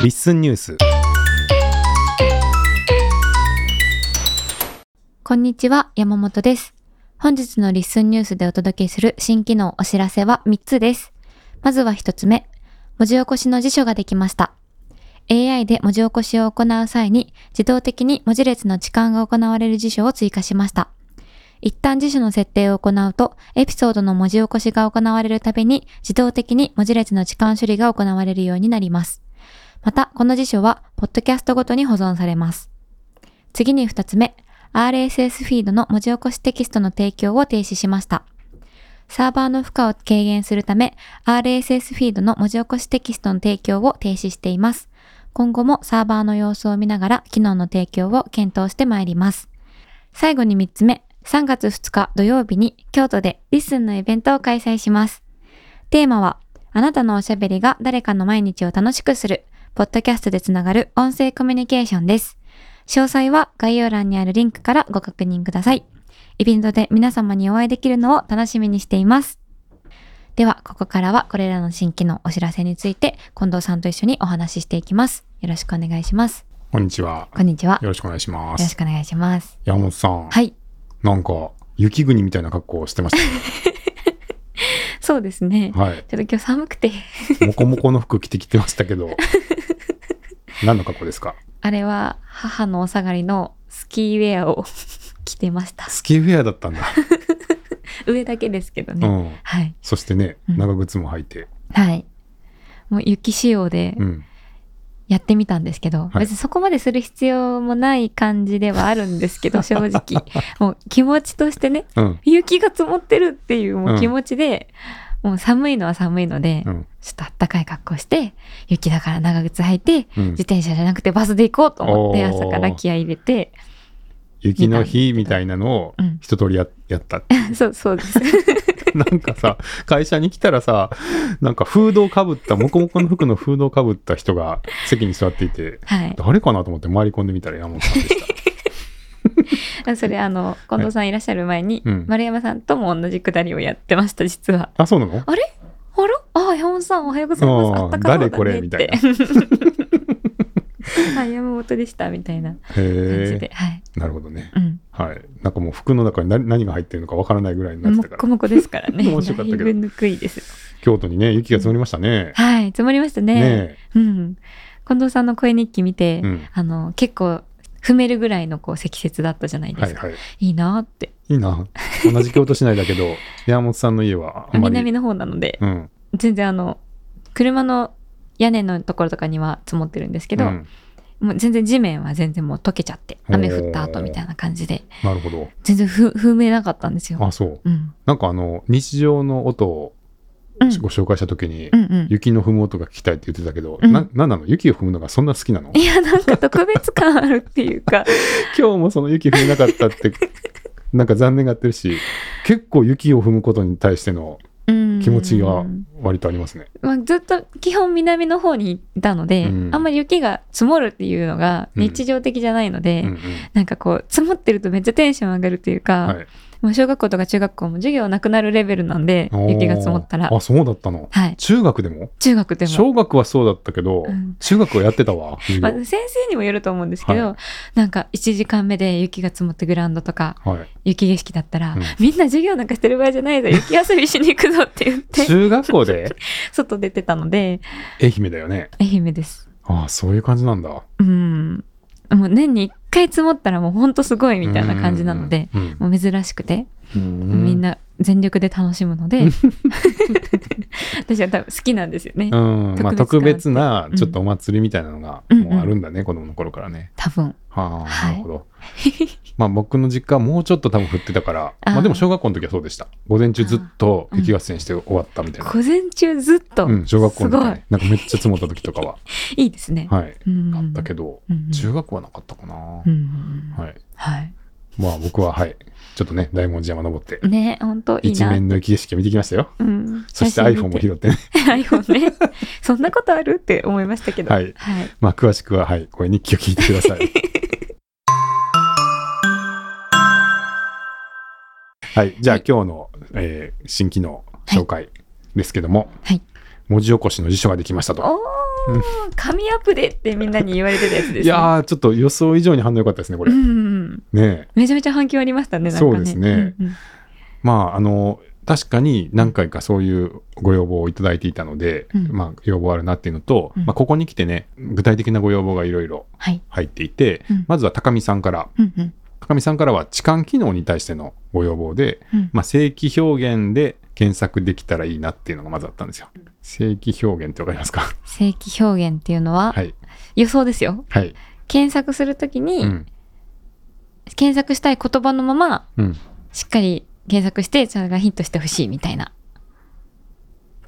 リッスンニュースこんにちは、山本です。本日のリッスンニュースでお届けする新機能お知らせは3つです。まずは1つ目、文字起こしの辞書ができました。AI で文字起こしを行う際に自動的に文字列の置換が行われる辞書を追加しました。一旦辞書の設定を行うと、エピソードの文字起こしが行われるたびに自動的に文字列の置換処理が行われるようになります。また、この辞書は、ポッドキャストごとに保存されます。次に2つ目、RSS フィードの文字起こしテキストの提供を停止しました。サーバーの負荷を軽減するため、RSS フィードの文字起こしテキストの提供を停止しています。今後もサーバーの様子を見ながら、機能の提供を検討してまいります。最後に3つ目、3月2日土曜日に京都でリッスンのイベントを開催します。テーマは、あなたのおしゃべりが誰かの毎日を楽しくする、ポッドキャストでつながる音声コミュニケーションです。詳細は概要欄にあるリンクからご確認ください。イベントで皆様にお会いできるのを楽しみにしています。では、ここからはこれらの新機能お知らせについて、近藤さんと一緒にお話ししていきます。よろしくお願いします。こんにちはこんにちは。よよろしくお願いしまろすしくお願いします。山本さん、はい。なんか雪国みたいな格好をしてましそうですねた。ね はいちょっと今日寒くて、モコモコの服着てきてましたけ ど何の格好ですかあれは母のお下がりのスキーウェアを 着てました。スキーフェアだったんだ、上だけですけどうね。んはい。そしてねうん長靴も履いて、はい。もう雪仕様でうん、やってみたんですけど、い別にそこまでする必要もない感じではあるんです けど正直もう気持ちとしてねうん雪が積もってるっていうもううん気持ちで、もう寒いのは寒いので、うんちょっとあったかい格好して雪だから長靴履いてうん自、転車じゃなくてバスで行こうと思っておー朝から気合い入れて 雪の日みたいなのをうん一通りややった ってそうそうですなんかさ、会社に来たらさ、なんかフードをかぶった、もこもこの服のフードをかぶった人が席に座っていて、はい誰かなと思って回り込んでみたら山本さんでした。それあの近藤さんいらっしゃる前に、うん丸山さんとも同じくだりをやってました実はあ、そうなのあらあ、山本さんおはようございます。あーあったかそうだ誰ねこれみたいなって。 あ、山本でしたみたいな感じへで、はい、え。なるほどね。うん、はい。なんかもう服の中に何何が入ってるのかわからないぐらいになっもてったかこら、もこですから ね。面白かったけどだいぶぬくいです。京都にね、雪が積もりましたね。はい、積もりましたね。ねうん、近藤さんの声日記見て、え。うん。あの結構踏めるぐらいのこう積雪だったじゃないではすいか。はい。い、いなーって、いいな。同じ京都市内だけ ど、山本さんの家はあんまり。南の方なので、うん。全然あの車の屋根のところとかには積もってるんですけど。うんもう全然地面は全然もう溶けちゃっておー雨降った後みたいな感じでなるほど。全然ふ不明なかったんですよ。あ、そう。うん、なんかあの、日常の音をうんご紹介したときに、うんうん雪の踏む音が聞きたいって言ってたけど、うんななんなの雪を踏むのがそんな好きなのいやなんか特別感あるっていう か今日もその雪踏めなかった ってなんか残念がってるし結構雪を踏むことに対しての気気持ちが割とありますね。まあ、ずっと基本南の方にいたので、うんあんまり雪が積もるっていうのがうん日常的じゃないので、うんうんなんかこう積もってるとめっちゃテンション上がるというか、はい、もう小学校とか中学校も授業なくなるレベルなんで雪が積もったらおー。あそうだったのはい、中学でも中学でも小学はそうだったけど、うん中学はやってたわ授 まあ、業先生にもよると思うんですけど、はなんか1時間目で雪が積もってグラウンドとかはい、雪景色だったら、うんみんな授業なんかしてる場合じゃないぞ雪遊びしに行くぞって言って中学校 で外出てたので愛媛だよね愛媛ですああそういう感じなんだうんもう年に1回積もったらもうほんとすごいみたいな感じなので、うんもう珍しくて、うんみんな全力で楽しむので 私は多分好きなんですよね、うんまあ、特特別別なうんちょっとお祭りみたいなのがうんもうあるんだね、子供の頃からね。多分はあ、はいなるほど。まあ僕の実家はもうちょっと多分降ってたから、あーまあでも小学校の時はそうでした。午前中ずっと雪合戦して終わったみたいな。午前中ずっと、うん、小学校の時、すごいね、なんかめっちゃ積もった時とかは。いいですね、はい。うんあったけど、うんうん中学校はなかったかなう。んはい。はいまあ僕ははい。ちょっとね、大文字山登って、ね本当いい一な面の雪景色見てきましたよ。うん、そして写真 iPhone 見もて拾ってね。 iPhone ね。そんなことあるって思いましたけど。はいまあ詳しくははい、これ日記を聞いてくだ さい。はい、じゃあ今日の、えー新機能紹介ですけども、はい文字起こしの辞書ができましたと。お神アップでってみんなに言われてたやつです、ね、 いやー、ちょっと予想以上に反応良かったですね、こうれ。んうんうんねえめちゃめちゃ反響ありましたねなんかねそうですねうんうんまあ、あの、確かに何回かそういうご要望をいただいていたので、うんまあ、要望あるなっていうのと、うんまあ、ここに来てね、具体的なご要望がいろいろはい、入っていて、うんまずは高見さんから。うんうん高見さんからは痴漢機能に対してのご要望で、うんまあ、正規表現で検索できたらいいなっていうのがまずあったんですよ。正規表現ってわかりますか正規表現っていうのは、はい。予想ですよはい。検索するときうに、ん。検索したい言葉のままうん。しっかり検索してそれがヒントしてほしいみたいな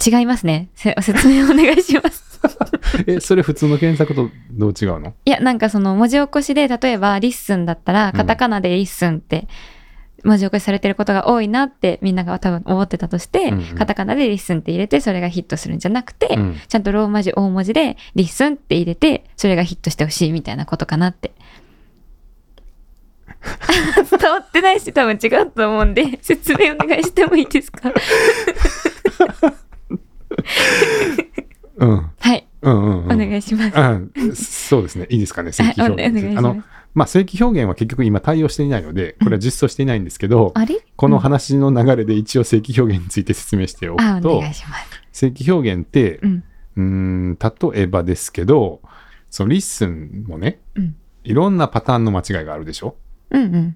違いますねせ説明お願いしますえ、それ普通の検索とどう違うのいやなんかその文字起こしで例えば「リッスン」だったらうんカタカナで「リッスン」って文字起こしされてることが多いなってみんなが多分思ってたとして、うんうんカタカナで「リッスン」って入れてそれがヒットするんじゃなくて、うんちゃんとローマ字大文字で「リッスン」って入れてそれがヒットしてほしいみたいなことかなって 伝わってないし多分違うと思うんで説明お願いしてもいいで すかうん。はい、うんうん、うん。お願いしますうん、そうですね。いいですか ね。正規表現です。お願いしあますの、まあ、正規表現は結局今対応していないので、これは実装していないんですけど、あれこの話の流れで一応正規表現について説明しておあくおと願い、します正規表現ってう、んうーん、例えばですけど、そのリッスンもね、うんいろんなパターンの間違いがあるでしょうんうん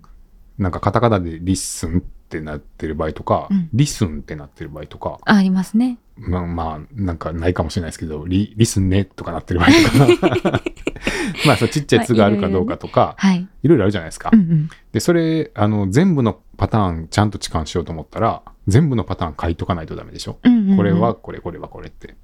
なんかカタカナでリッスンってなってる場合とか、うんリスンってなってる場合とか、あありますねまあ、まあ、なんかないかもしれないですけど、リリスンねとかなってる場合と か、まあ、そうちっちゃい「つ」があるかどうかとか、はいいろいろあるじゃないですか。うんうんで、それ、あの、全部のパターンちゃんと痴漢しようと思ったら、全部のパターン書いとかないとダメでしょ。うんうんうんこれはこれ、これはこれって。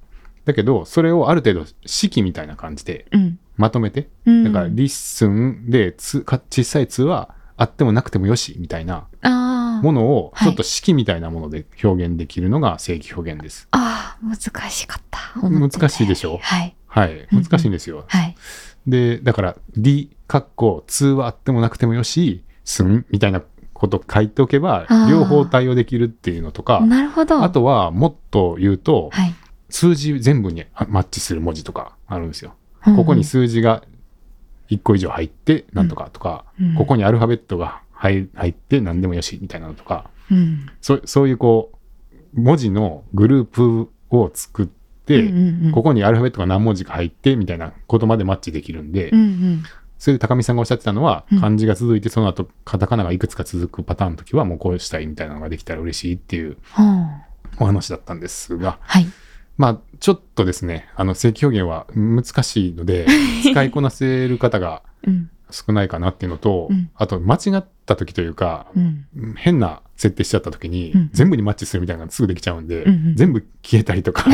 だけど、それをある程度、式みたいな感じでうんまとめて、うんだから、リッスンで、つ、か小さい「つ」は、あってもなくてもよし、みたいなあものを、はいちょっと式みたいなもので表現できるのが正規表現です。ああ難しかった難しいでしょはいはい。うんうん難しいんですよ。はいで、だから、り、かっこ、通はあってもなくてもよし、すん、みたいなこと書いておけばあ、ー両方対応できるっていうのとか、なるほどあとは、もっと言うと、はい数字全部にあマッチする文字とかあるんですよ。うんうんここに数字が1個以上入って、なんとかとか、うんここにアルファベットが入入って、何でもよし、みたいなのとか、うんそそういうこう、文字のグループを作って、うんうんうんここにアルファベットが何文字か入って、みたいなことまでマッチできるんで、うんうんそれで高見さんがおっしゃってたのは、うん漢字が続いてその後カタカナがいくつか続くパターンの時はもうこうしたいみたいなのができたら嬉しいっていうはあお話だったんです がはいまあちょっとですねあの正規表現は難しいの で使いこなせる方がうん少ないかなっていうのと、うんあと間違った時というか、うん変な設定しちゃった時に、うん全部にマッチするみたいなのがすぐできちゃうんで、うんうん全部消えたりと かあ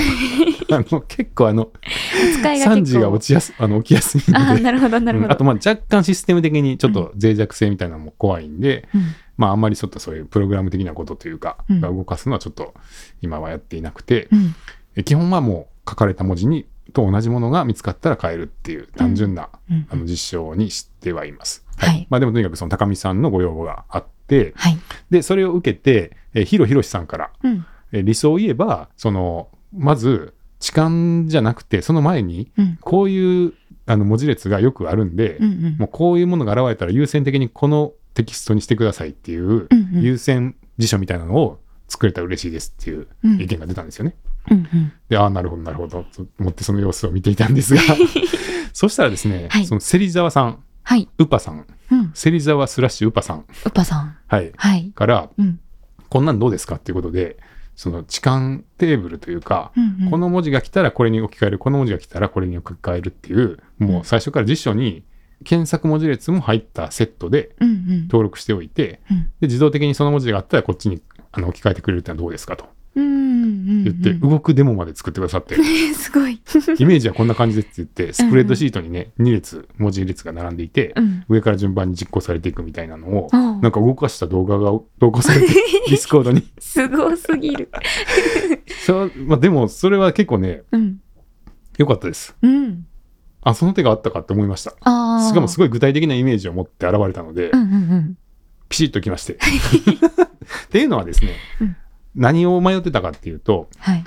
の結構あの使いが結構惨事が落ちやすあの起きやすいのでああなるほどなるほうんあとどまあ若干システム的にちょっと脆弱性みたいなのも怖いんで、うんまああんまりちょっとそういうプログラム的なことというか、うんが動かすのはちょっと今はやっていなくて、うんえ基本はもう書かれた文字にと同じものが見つかったら変えるっていう単純な、うんあの実証にしてはいます。はいまあでもとにかくその高見さんのご要望があって、はいで、それを受けて、えヒロヒロシさんから、うんえ理想を言えば、その、まず痴漢じゃなくて、その前に、うんこういうあの文字列がよくあるんで、うんうんもうこういうものが現れたら優先的にこのテキストにしてくださいっていううんうん優先辞書みたいなのを作れたら嬉しいですっていううん意見が出たんですよね。うんうんで、ああ、なるほど、なるほどと思ってその様子を見ていたん ですが、 そしたらですね、はいその芹沢さん、はいウパさん、うん芹沢スラッシュウパさん、ウパさんはい、はいから、うんこんなんどうですかっていうことで、その痴漢テーブルというか、うんうんこの文字が来たらこれに置き換える、この文字が来たらこれに置き換えるっていう、もう最初から辞書に検索文字列も入ったセットでうんうん登録しておいて、うんで、自動的にその文字があったらこっちにあの置き換えてくれるってのはどうですかとうんうん言って、うん動くデモまで作ってくださ って、え すご いイメージはこんな感じですって言って、スプレッドシートにね、2列、文字列が並んでいてう、ん上から順番に実行されていくみたいなのを、あなんか動かした動画が投稿されて、ディスコード に。すごすぎるそうまあ、でも、それは結構ね、うん良かったです。うんあ、その手があったかって思いました。ああしかもすごごい具体的なイメージを持って現れたので、うんうんうんピシッときまして。っていうのはですね、うん何を迷ってたかっていうと、はい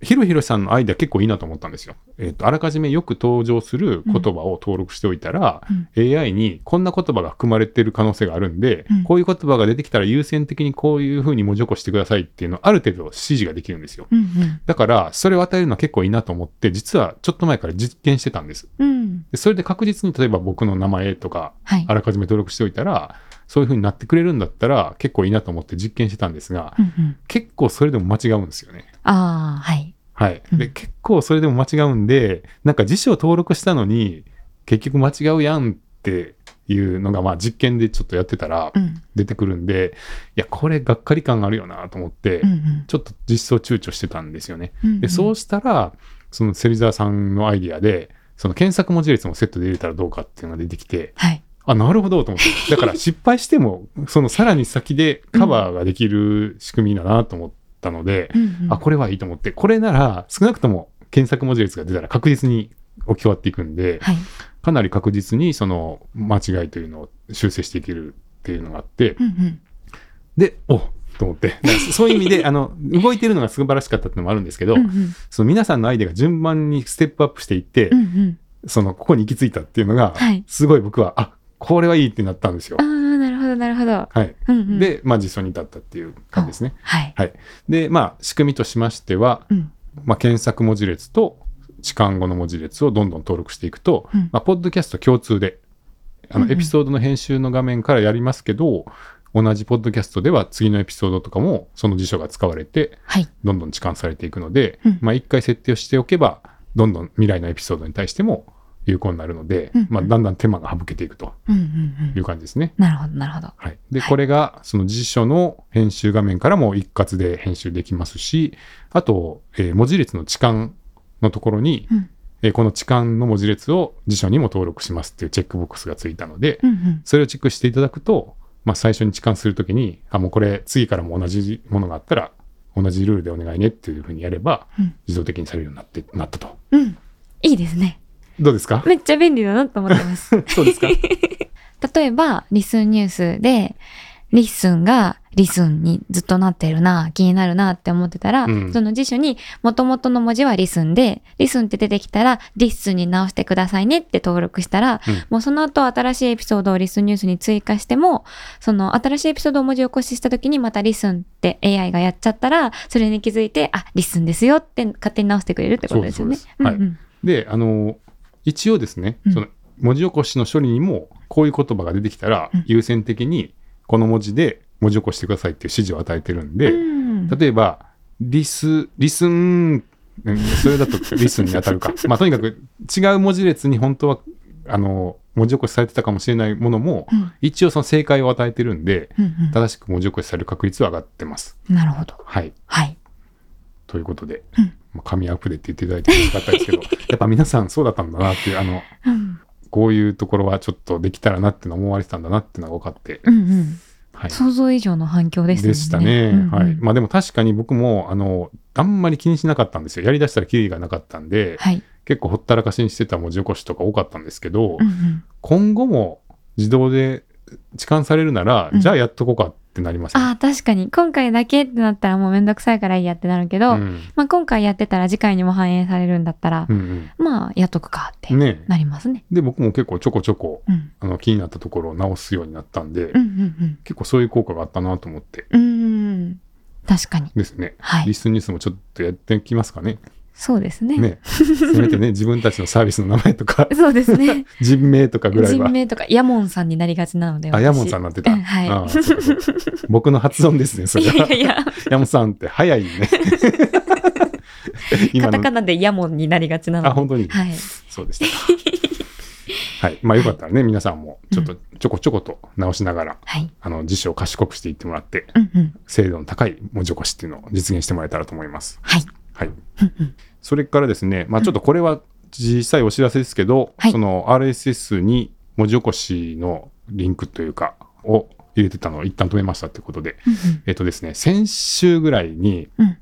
ひろひろさんのアイデア結構いいなと思ったんですよ。えっとあらかじめよく登場する言葉を登録しておいたら、AI にこんな言葉が含まれてる可能性があるんで、うんこういう言葉が出てきたら優先的にこういうふうに文字起こしてくださいっていうのをある程度指示ができるんですよ。うんうんだからそれを与えるのは結構いいなと思って実はちょっと前から実験してたんです。うんでそれで確実に例えば僕の名前とかはいあらかじめ登録しておいたらそういうふうになってくれるんだったら結構いいなと思って実験してたんですがうんうん結構それでも間違うんですよね。ああはいはい。うんで、結構それでも間違うんで、なんか辞書を登録したのに、結局間違うやんっていうのが、まあ実験でちょっとやってたらうん出てくるんで、いや、これがっかり感あるよなと思って、うんうんちょっと実装躊躇してたんですよね。うんうんで、そうしたら、その芹沢さんのアイディアで、その検索文字列もセットで入れたらどうかっていうのが出てきて、はいあ、なるほどと思って。 だから失敗しても、そのさらに先でカバーができる仕組みだなと思ったので、うんうんあ、これはいいと思って、これなら少なくとも検索文字列が出たら確実に置き終わっていくんで、はいかなり確実にその間違いというのを修正していけるっていうのがあって、うんうんで、おと思って、だからそういう意味 で、あの、動いてるのが素晴らしかったってのもあるんですけど、うんうんその皆さんのアイデアが順番にステップアップしていって、うんその、ここに行き着いたっていうのが、はいすごい僕は、あ、これはいいってなったんですようんあ。あなるほどなるほどはい。うんうんで、まあ実装に至ったっていう感じですね。はいで、まあ仕組みとしましては、うんまあ、検索文字列と置換語の文字列をどんどん登録していくと、うんまあ、ポッドキャスト共通であうのんうんエピソードの編集の画面からやりますけど、同じポッドキャストでは次のエピソードとかもその辞書が使われてはいどんどん置換されていくので、うんまあ、1回設定をしておけばどんどん未来のエピソードに対しても有効になるので、うんうんまあ、だんだん手間が省けていくとうんうんういんう感じですね。なるほどなるほどはい、で、はいこれがその辞書の編集画面からも一括で編集できますしあと、えー文字列の置換のところに、うんえーこの置換の文字列を辞書にも登録しますっていうチェックボックスがついたので、うんうんそれをチェックしていただくと、まあ、最初に置換するときにあもうこれ次からも同じものがあったら同じルールでお願いねっていうふうにやれば、うん自動的にされるようになってなったと。うんいいですねどうです かめっちゃ便利だなと思ってますそうですか例えばリスンニュースでリッスンがリスンにずっとなってるな気になるなって思ってたら、うんその辞書に元々の文字はリスンでリスンって出てきたらリッスンに直してくださいねって登録したら、うんもうその後新しいエピソードをリスンニュースに追加してもその新しいエピソードを文字起こしした時にまたリスンって AI がやっちゃったらそれに気づいてあリスンですよって勝手に直してくれるってことですよね。そうですそうですんうんであの一応ですね、うんその文字起こしの処理にもこういう言葉が出てきたら、うん優先的にこの文字で文字起こしてくださいっていう指示を与えてるんで、うん例えばリスリスンうんそれだとリスンに当たる かまあとにかく違う文字列に本当はあの文字起こしされてたかもしれないものも、うん一応その正解を与えてるんでうん正しく文字起こしされる確率は上がってます。うん、なるほど。はいはい。ということで、うんまあ紙アップデって言っていただいて嬉しかったですけど やっぱ皆さんそうだったんだなっていうあのうんこういうところはちょっとできたらなっての思われてたんだなってのが分かって、うんうんはい、想像以上の反響でしたね。でしたね。うんうんはい。まあでも確かに僕も、あの、あんまり気にしなかったんですよ。やりだしたらキリがなかったんで、はい。結構ほったらかしにしてた文字起こしとか多かったんですけど、うんうん今後も自動で置換されるなら、うんじゃあやっとこうかってなりますああ、確かに。今回だけってなったらもうめんどくさいからいいやってなるけど、うんまあ今回やってたら次回にも反映されるんだったら、うんまあやっとくかってうん、ねなりますね。で僕も結構ちょこちょこうん。あの気になったところを直すようになったんで、うんうん結構そういう効果があったなと思ってうん。うん。確かに。ですね、はいリスニュースもちょっとやってきますかねそうですね。ね、せめて ね、自分たちのサービスの名前とか、 そうですね。人名とかぐらい人は。名とか、ヤモンさんになりがちなので。あ、私ヤモンさんになってた。うんはいああそうかそうか僕の発音ですね、そいれやいはや。いや、ヤモンさんって早 いね。カ今タカの。ナでヤモンになりがちなので。あ、本当に。はい。そうでしたか。はい。まあよかったらね、皆さんもちょっとちょこちょこと直しながら、はい。あの、辞書を賢くしていってもらって、うんうん。精度の高い文字起こしっていうのを実現してもらえたらと思います。はい。はい。うんうんそれからですね、まあ、ちょっとこれは小さいお知らせですけど、はいその RSS に文字起こしのリンクというか、を入れてたのを一旦止めましたということで、うんうんえっとですね、先週ぐらいにうん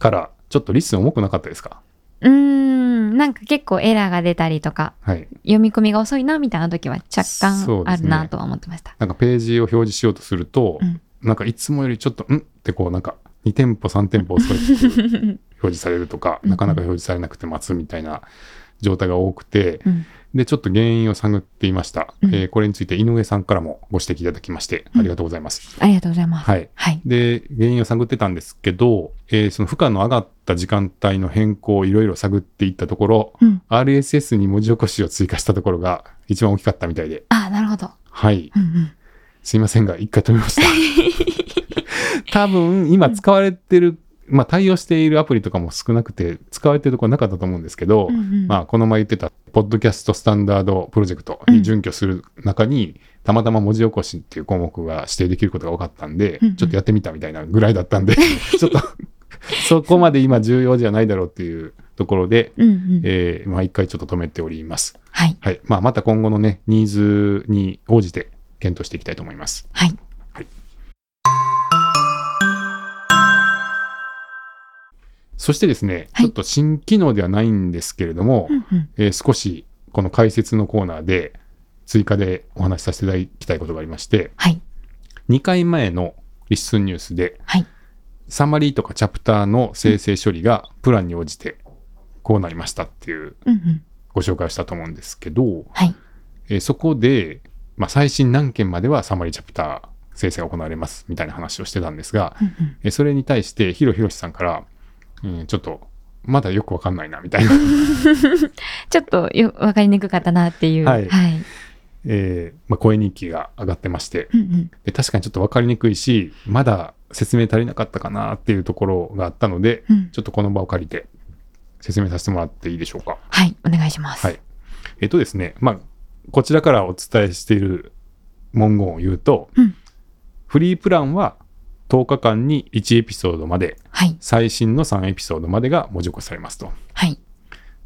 から、ちょっとリスン重くなかったですかうーん、なんか結構エラーが出たりとか、はい。読み込みが遅いなみたいな時は若そう干であするねなとは思ってました。なんかページを表示しようとすると、うんなんかいつもよりちょっと、んってこう、なんか2店舗3店舗遅いって いう表示されるとかうんなかなか表示されなくて待つみたいな状態が多くてうんでちょっと原因を探っていました、うんえーこれについて井上さんからもご指摘いただきましてうんありがとうございます、ありがとうございます。はいはい。で原因を探ってたんですけど、えーその負荷の上がった時間帯の変更をいろいろ探っていったところうん。 RSS に文字起こしを追加したところが一番大きかったみたいであ、なるほど。はいうんうん。すいませんが、一回止めま した。多分、今使われてる、まあ対応しているアプリとかも少なくて、使われてるところなかったと思うんですけど、うんうんまあこの前言ってた、ポッドキャストスタンダードプロジェクトうんに準拠する中に、たまたま文字起こしっていう項目が指定できることが多かったんで、うんうんちょっとやってみたみたいなぐらいだったん で、ちょっと、そこまで今重要じゃないだろうっていうところで、うんうん。えーまあ一回ちょっと止めております。はい。はい。まあまた今後のね、ニーズに応じて検討していきたいと思います。はい。そしてですね、はちいょっと新機能ではないんですけれども、うんうん。えー少しこの解説のコーナーで追加でお話しさせていただきたいことがありまして、はい。 2回前のリッスンニュースで、はいサマリーとかチャプターの生成処理がプランに応じてこうなりましたっていううんうん。ご紹介をしたと思うんですけど、はい。えーそこで、まあ、最新何件まではサマリーチャプター生成が行われますみたいな話をしてたんですが、うんうん。えそれに対してヒロヒロシさんから、うん、ちょっとまだよくわかんないなみたいな、 ちょっとよ、わかりにくかったなっていう。はいはい。えーまあ、声日記が上がってましてうんうん。で確かにちょっとわかりにくいしまだ説明足りなかったかなっていうところがあったのでうんちょっとこの場を借りて説明させてもらっていいでしょうか。はい。お願いします。はい。えっとですね、まあ、こちらからお伝えしている文言を言うと、うんフリープランは10日間に1エピソードまではい。最新の3エピソードまでが文字起こしされますと。はい。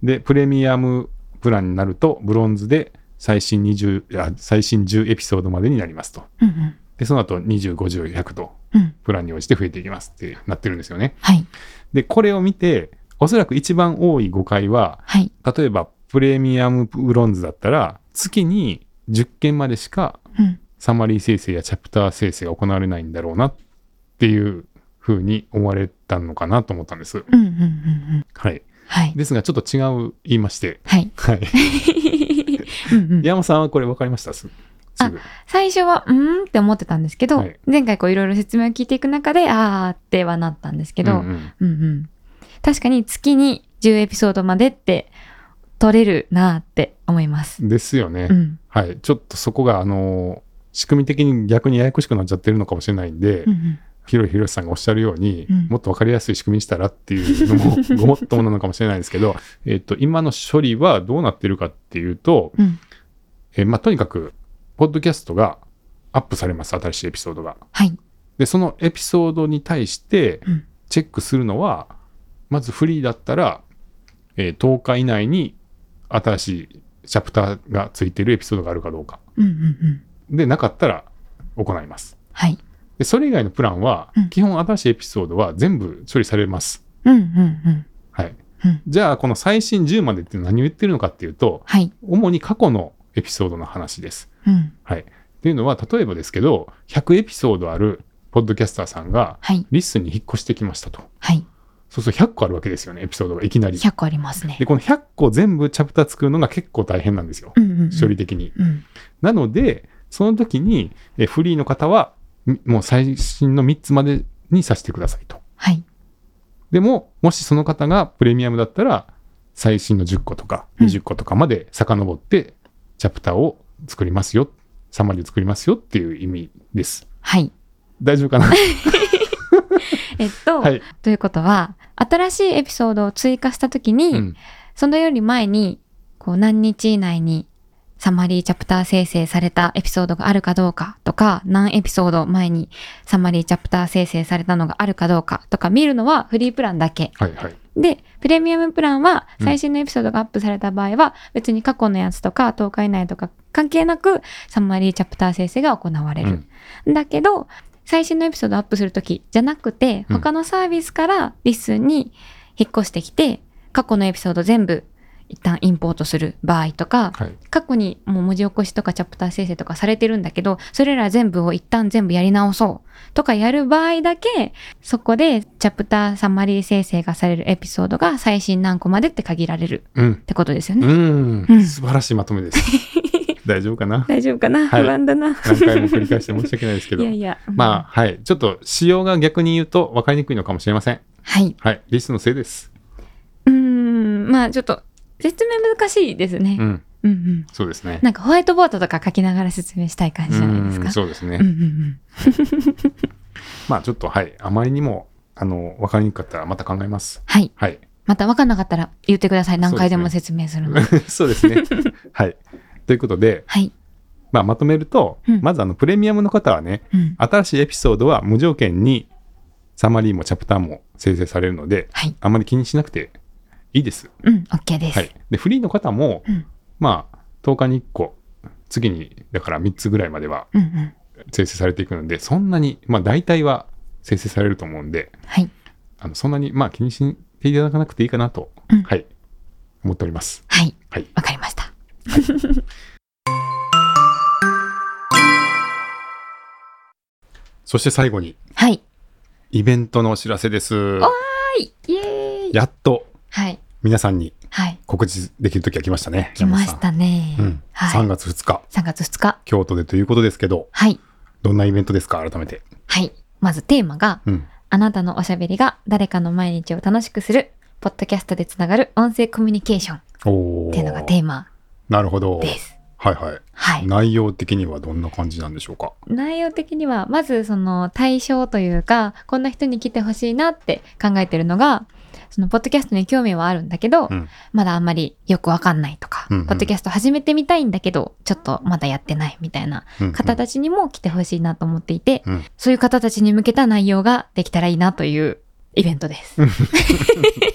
で、プレミアムプランになると、ブロンズで最新20、あ最新10エピソードまでになりますと。うんうん。で、その後20、50、100と、うん。プランに応じて増えていきますってなってるんですよね。はい。で、これを見て、おそらく一番多い誤解は、はい。例えばプレミアムブロンズだったら、月に10件までしかうん。サマリー生成やチャプター生成が行われないんだろうなっていうふうに思われたのかなと思ったんです。うんうんうんうん。はい。はい。ですが、ちょっと違う言いまして、はい。 はい。うんうん、山さんはこれ分かりましたすすぐ。最初は、うーんって思ってたんですけど、はい前回こういろいろ説明を聞いていく中で、あーってはなったんですけど、う、うんんうん確かに月に10エピソードまでって取れるなーって思います。うんですよね。うん。はい。ちょっとそこが、あのー仕組み的に逆にややこしくなっちゃってるのかもしれないんで、うんうんひろひろしさんがおっしゃるように、うんもっと分かりやすい仕組みにしたらっていうの もごもっともなのかもしれないですけど、えっと今の処理はどうなってるかっていうと、うん。えーまあ、とにかく、ポッドキャストがアップされます、新しいエピソードが。はい。で、そのエピソードに対してうんチェックするのは、まずフリーだったら、えー10日以内に新しいチャプターがついてるエピソードがあるかどうか。うんうんうん。で、なかったら行います。はい。でそれ以外のプランは、うん基本新しいエピソードは全部処理されます。うんうんうん。はい。うんじゃあ、この最新10までって何を言ってるのかっていうと、はい。主に過去のエピソードの話です。うん。はい。っていうのは、例えばですけど、100エピソードあるポッドキャスターさんが、はい。リッスンに引っ越してきましたと。はい。そうすると100個あるわけですよね、エピソードがいきなり。 100個ありますねで、。この100個全部チャプター作るのが結構大変なんですよ。うんうんうん。処理的に。うん。なので、その時に、えフリーの方は、みもう最新の3つまでにさせてくださいと。はい。でも、もしその方がプレミアムだったら、最新の10個とかうん20個とかまで遡って、チャプターを作りますよ、サマリーを作りますよっていう意味です。はい。大丈夫かなえっと、はい。ということは、新しいエピソードを追加したときに、うん。そのより前に、こう何日以内にサマリーチャプター生成されたエピソードがあるかどうかとか、何エピソード前にサマリーチャプター生成されたのがあるかどうかとか見るのはフリープランだけ。はいはい。で、プレミアムプランはうん最新のエピソードがアップされた場合は、別に過去のやつとか10日以内とか関係なくサマリーチャプター生成が行われる。だけど、最新のエピソードアップするときじゃなくて、うん他のサービスからリスンに引っ越してきて、過去のエピソード全部一旦インポートする場合とか、はい。過去にもう文字起こしとかチャプター生成とかされてるんだけど、それら全部を一旦全部やり直そうとかやる場合だけ、そこでチャプターサマリー生成がされるエピソードが最新何個までって限られるうんっ。てことですよね。うん、うん素晴らしいまとめ です。大丈夫かな大丈夫かな、はい不安だな。何回も繰り返して申し訳ないですけ いど。やいや。まあ、はい。ちょっと、仕様が逆に言うと分かりにくいのかもしれません。あ。はい。はい。リスのせいです。うーん、まあちょっと説明難しいですねう。ん。うん、うん。そうですね。なんかホワイトボードとか書きながら説明したい感じじゃないですうか。んそうですね。うんうんうん。まあ、ちょっと、はい。あまりにも、あの、分かりにくかったらまた考えます。はい。 はい。また分かんなかったら言ってください。何回でも説明するので。そうです ね。はい。ということで、はい。まあ、まとめると、うんまず、あの、プレミアムの方はね、うん。新しいエピソードは無条件にサマリーもチャプターも生成されるので、はい。あまり気にしなくていいです。うん。OK です。はい、でフリーの方も、うんまあ、10日に1個次にだから3つぐらいまではうんうん。生成されていくのでそんなに、まあ、大体は生成されると思うんではい。あのそんなに、まあ、気にしていただかなくていいかなと、うんはい、思っております。はい。はいわかりました。そして最後にはい。イベントのお知らせです。はい。イエーイ。やっとはい。皆さんにはい。告知できる時が来ましたね。来ましたね。うんは3い。月2日、 3月2日。京都でということですけど、はい。どんなイベントですか、改めて。はい。まずテーマが、うん。あなたのおしゃべりが誰かの毎日を楽しくする、ポッドキャストでつながる音声コミュニケーションっおーていうのがテーマなるほど。です。はいはい。はい。内容的にはどんな感じなんでしょうか。内容的には、まずその対象というか、こんな人に来てほしいなって考えてるのが、そのポッドキャストに興味はあるんだけど、うん。まだあんまりよくわかんないとか、うんうんポッドキャスト始めてみたいんだけど、ちょっとまだやってないみたいなうん方たちにも来てほしいなと思っていて、うんそういう方たちに向けた内容ができたらいいなというイベントです。うん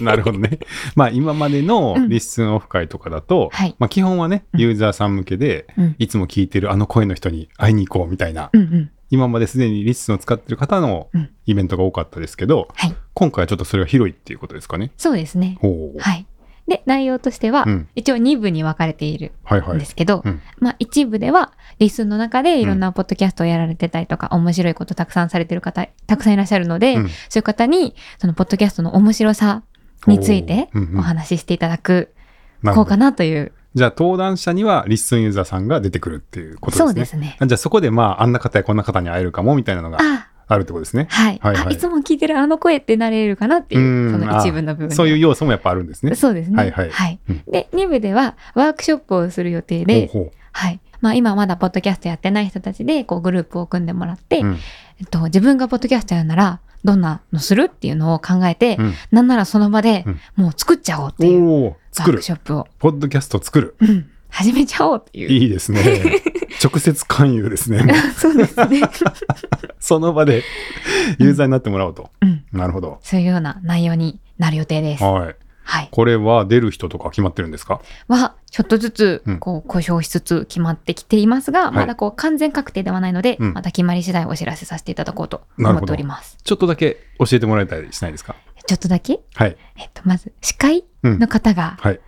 なるほどね。まあ今までのうんリッスンオフ会とかだと、はいまあ基本はね、うんユーザーさん向けで、うんいつも聞いてるあの声の人に会いに行こうみたいな、うんうん。今まですでにリッスンを使ってる方のうんイベントが多かったですけど、はい今回はちょっとそれが広いっていうことですかね。そうですね。ほう。はい。で、内容としては、うん。一応2部に分かれているはいはんい。ですけど、うんまあ一部ではリスンの中でいろんなポッドキャストをやられてたりとか、面白いことたくさんされてる方、たくさんいらっしゃるので、うんそういう方に、そのポッドキャストの面白さについてほううんうんお話ししていただく、なるこほうどかなという。じゃあ登壇者にはリッスンユーザーさんが出てくるっていうことですね。そうですね。あじゃあそこでまああんな方やこんな方に会えるかもみたいなのがあ、あるってことですね。はい、はいはいあいつも聞いてるあの声ってなれるかなっていうう、んその一部の部分でそういう要素もやっぱあるんですね。そうですね。はいはいうんで、2部ではワークショップをする予定ほうで、ほうはい。まあ今まだポッドキャストやってない人たちで、こうグループを組んでもらって、うんえっと、自分がポッドキャストやるなら、どんなのするっていうのを考えて、うんなんならその場でうんもう作っちゃおうっていうおおワー作るク。ショップを、ポッドキャスト作る。うん、始めちゃおうっていう。いいですね。直接勧誘ですね。もう そうですね。その場で ユーザーになってもらおうと。うん。なるほど。そういうような内容になる予定です。はい。はい。これは出る人とか決まってるんですかは、ちょっとずつうん、こう、故障しつつ決まってきていますが、いまだこう、完全確定ではないので、うんまた決まり次第お知らせさせていただこうとなる思ほどっております。ちょっとだけ教えてもらえたりしないですかちょっとだけ、はい。えっと、まず、司会うんの。方がはい。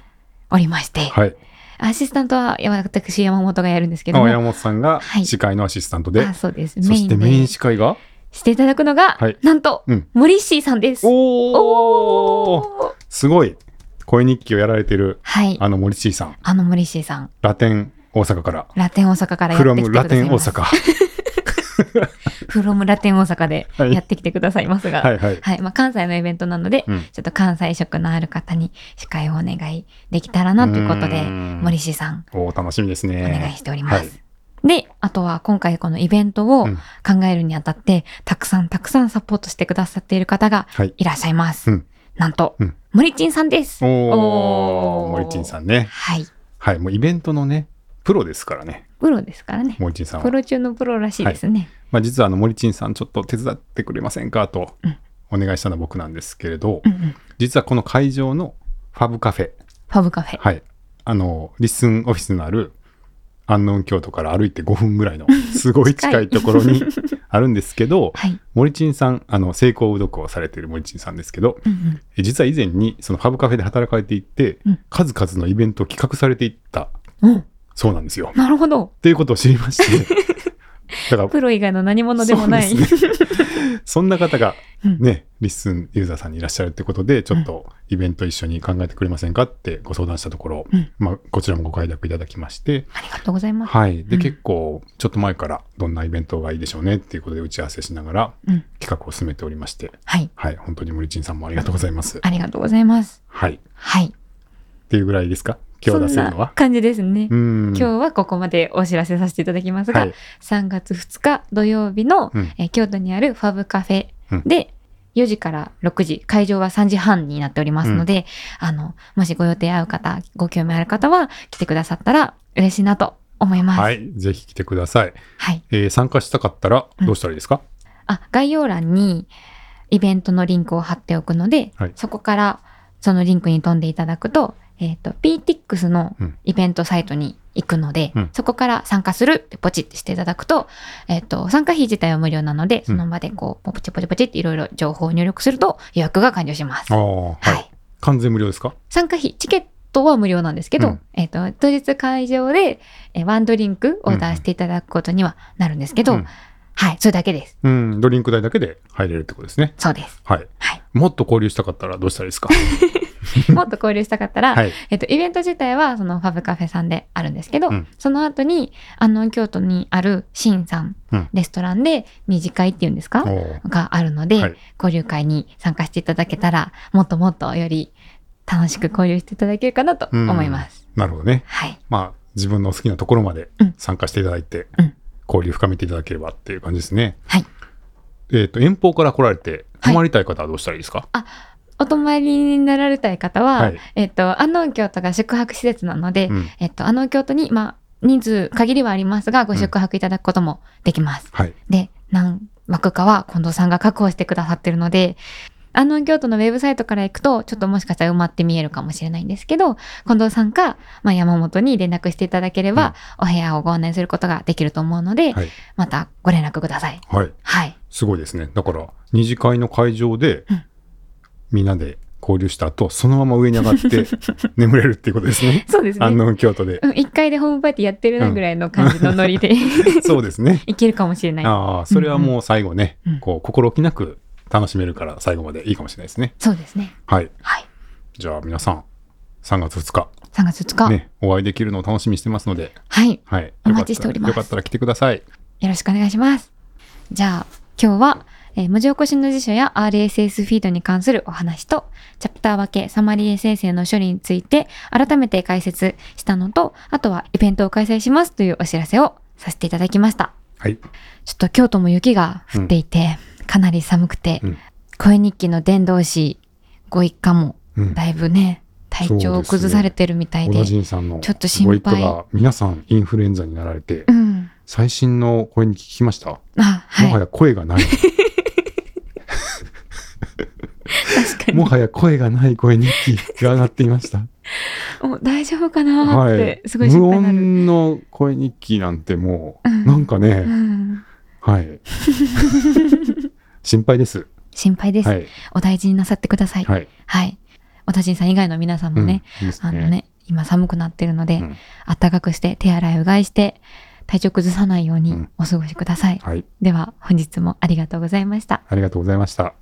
おりまして、はい。アシスタントは山私山本がやるんですけども山本さんがはい司会のアシスタントで、あそうですそメイしてンメインで司会が、していただくのが、はいなんと、うんモリッシーさんです。おおおーすごい声日記をやられてるはい。あの森地さんあのモリッシーさん、ラテン大阪からラテン大阪からやフロってきてムくだラさテいン大ます。阪フロムラテン大阪ではいやってきてくださいますが、 はいはい、はい、まあ、関西のイベントなので、うんちょっと関西色のある方に司会をお願いできたらなということうで、ん森氏さん、おー楽しみですお願いねしております。で、あとは今回このイベントをうん考えるにあたって、たくさんたくさんサポートしてくださっている方がはいいらっしゃいます。うんなんと、うん森珍さんです。おおおー森地さんねはい。はいもうイベントのねプロですからねプロですからね。森地さんプは、ロ中のプロらしいですね。まあ、実はあの森地さんちょっと手伝ってくれませんかとうんお願いしたのは僕なんですけれど、うんうん実はこの会場のファブカフェファブカフェ。はい。あの、リッスンオフィスのある、安納京都から歩いて5分ぐらいの、すごい近いところに、あるんですけど、はい。森珍さん、あの、成功うどこをされている森珍さんですけど、うんうん。え実は以前にそのハブカフェで働かれていて、うん数々のイベントを企画されていったうんそうなんですよ。なるほど。っていうことを知りま して、だからプロ以外の何者でもない。 そうですねそんな方がうんね、リッスンユーザーさんにいらっしゃるってことで、ちょっとイベント一緒に考えてくれませんかってご相談したところ、うんまあ、こちらもご快諾いただきまして、ありがとうございます。はい。で、うん結構、ちょっと前からどんなイベントがいいでしょうねっていうことで打ち合わせしながらうん。企画を進めておりまして、はい。はい。本当に森珍さんもありがとうございます。ありがとうございます。はい。っはい。ていうぐらいですか今日出せるのそんなは。感じですね。うん。今日はここまでお知らせさせていただきますが、はい。 3月2日土曜日の、うんえー京都にあるファブカフェで4時から6時、会場は3時半になっておりますので、あの、もしご予定合う方、ご興味ある方は来てくださったら嬉しいなと思います。は。はいい。ぜひ来てください。えー参加したかったらどうしたらいいですか、あ、概要欄にイベントのリンクを貼っておくので、はいそこからそのリンクに飛んでいただくと、えっ、と、PTX のうんイベントサイトに行くので、うんそこから参加するってポチってしていただくと、えっ、と、参加費自体は無料なので、その場でこう、ポチポチポチっていろいろ情報を入力すると予約が完了します。あは。あ、はいい。完全無料ですか参加費、チケットは無料なんですけど、うんえっ、と、当日会場で、えーワンドリンクオーダーしていただくことにはなるんですけど、うんはい、それだけです。うん、ドリンク代だけで入れるってことですね。そうです。はい。はいもっと交流したかったらどうしたらいい ですかもっと交流したかったら、はい。えっと、イベント自体はそのファブカフェさんであるんですけど、うんその後にあの京都にあるシンさん、うんレストランで二次会っていうんですおかーがあるので、はい交流会に参加していただけたらもっともっとより楽しく交流していただけるかなと思います。なるほどね。はい、まあ、自分の好きなところまでうん参加していただいて、うん交流深めていただければっていう感じですね。はいえっ、と、遠方から来られて、は泊いまりたい方はどうしたらいいですか、お泊まりになられたい方は、はいえっと、安納京都が宿泊施設なので、うん。えっと、安納京都に、まあ、人数限りはありますが、ご宿泊いただくこともできます。はい。で、何枠かは近藤さんが確保してくださってるので、アノン京都のウェブサイトから行くと、ちょっともしかしたら埋まって見えるかもしれないんですけど、近藤さんか、まあ、山本に連絡していただければ、お部屋をご案内することができると思うので、はい。またご連絡ください。はい。はい。すごいですね。だから、二次会の会場で、うんみんなで交流した後、そのまま上に上がって 眠れるっていうことですね。そうですね。安納京都で。うん、1階でホームパーティーやってるなぐらいの感じのノリで、 そうですね。いけるかもしれない。ああ、それはもう最後ね、うんこう、心置きなく楽しめるから最後までいいかもしれないですね。そうですね。はい。はい。じゃあ皆さん、3月2日、 3月2日。ね、お会いできるのを楽しみにしてますので、はい。はい。お待ちしておりますよかったらよかったら来てください。よろしくお願いします。じゃあ、今日は、えー文字起こしの辞書や RSS フィードに関するお話と、チャプター分け、サマリー生成の処理について改めて解説したのと、あとはイベントを開催しますというお知らせをさせていただきました。はい。ちょっと京都も雪が降っていて、かなり寒くて、うん声日記の伝道師ご一家もうん。だいぶね、体調を崩されてるみたい小で、田陣さんのちょっと心ご配一家が皆さんインフルエンザになられて、うん。最新の声に聞きました、あ、はい。もはや声が ない。確かに。もはや声がない声日記が上がっていま した。お大丈夫かなーっはて、い。すごい心無配になる。音の声日記なんてもう、うんなんかね、うん はい。心配です。心配です、はい。お大事になさってください。はい。はい。おたじんさん以外の皆さんもね、うん。ですあのね、今寒くなってるので、うん暖かくして、手洗い、うがいして、体調崩さないよううにんお過ごしください。はい。では、本日もありがとうございました。ありがとうございました。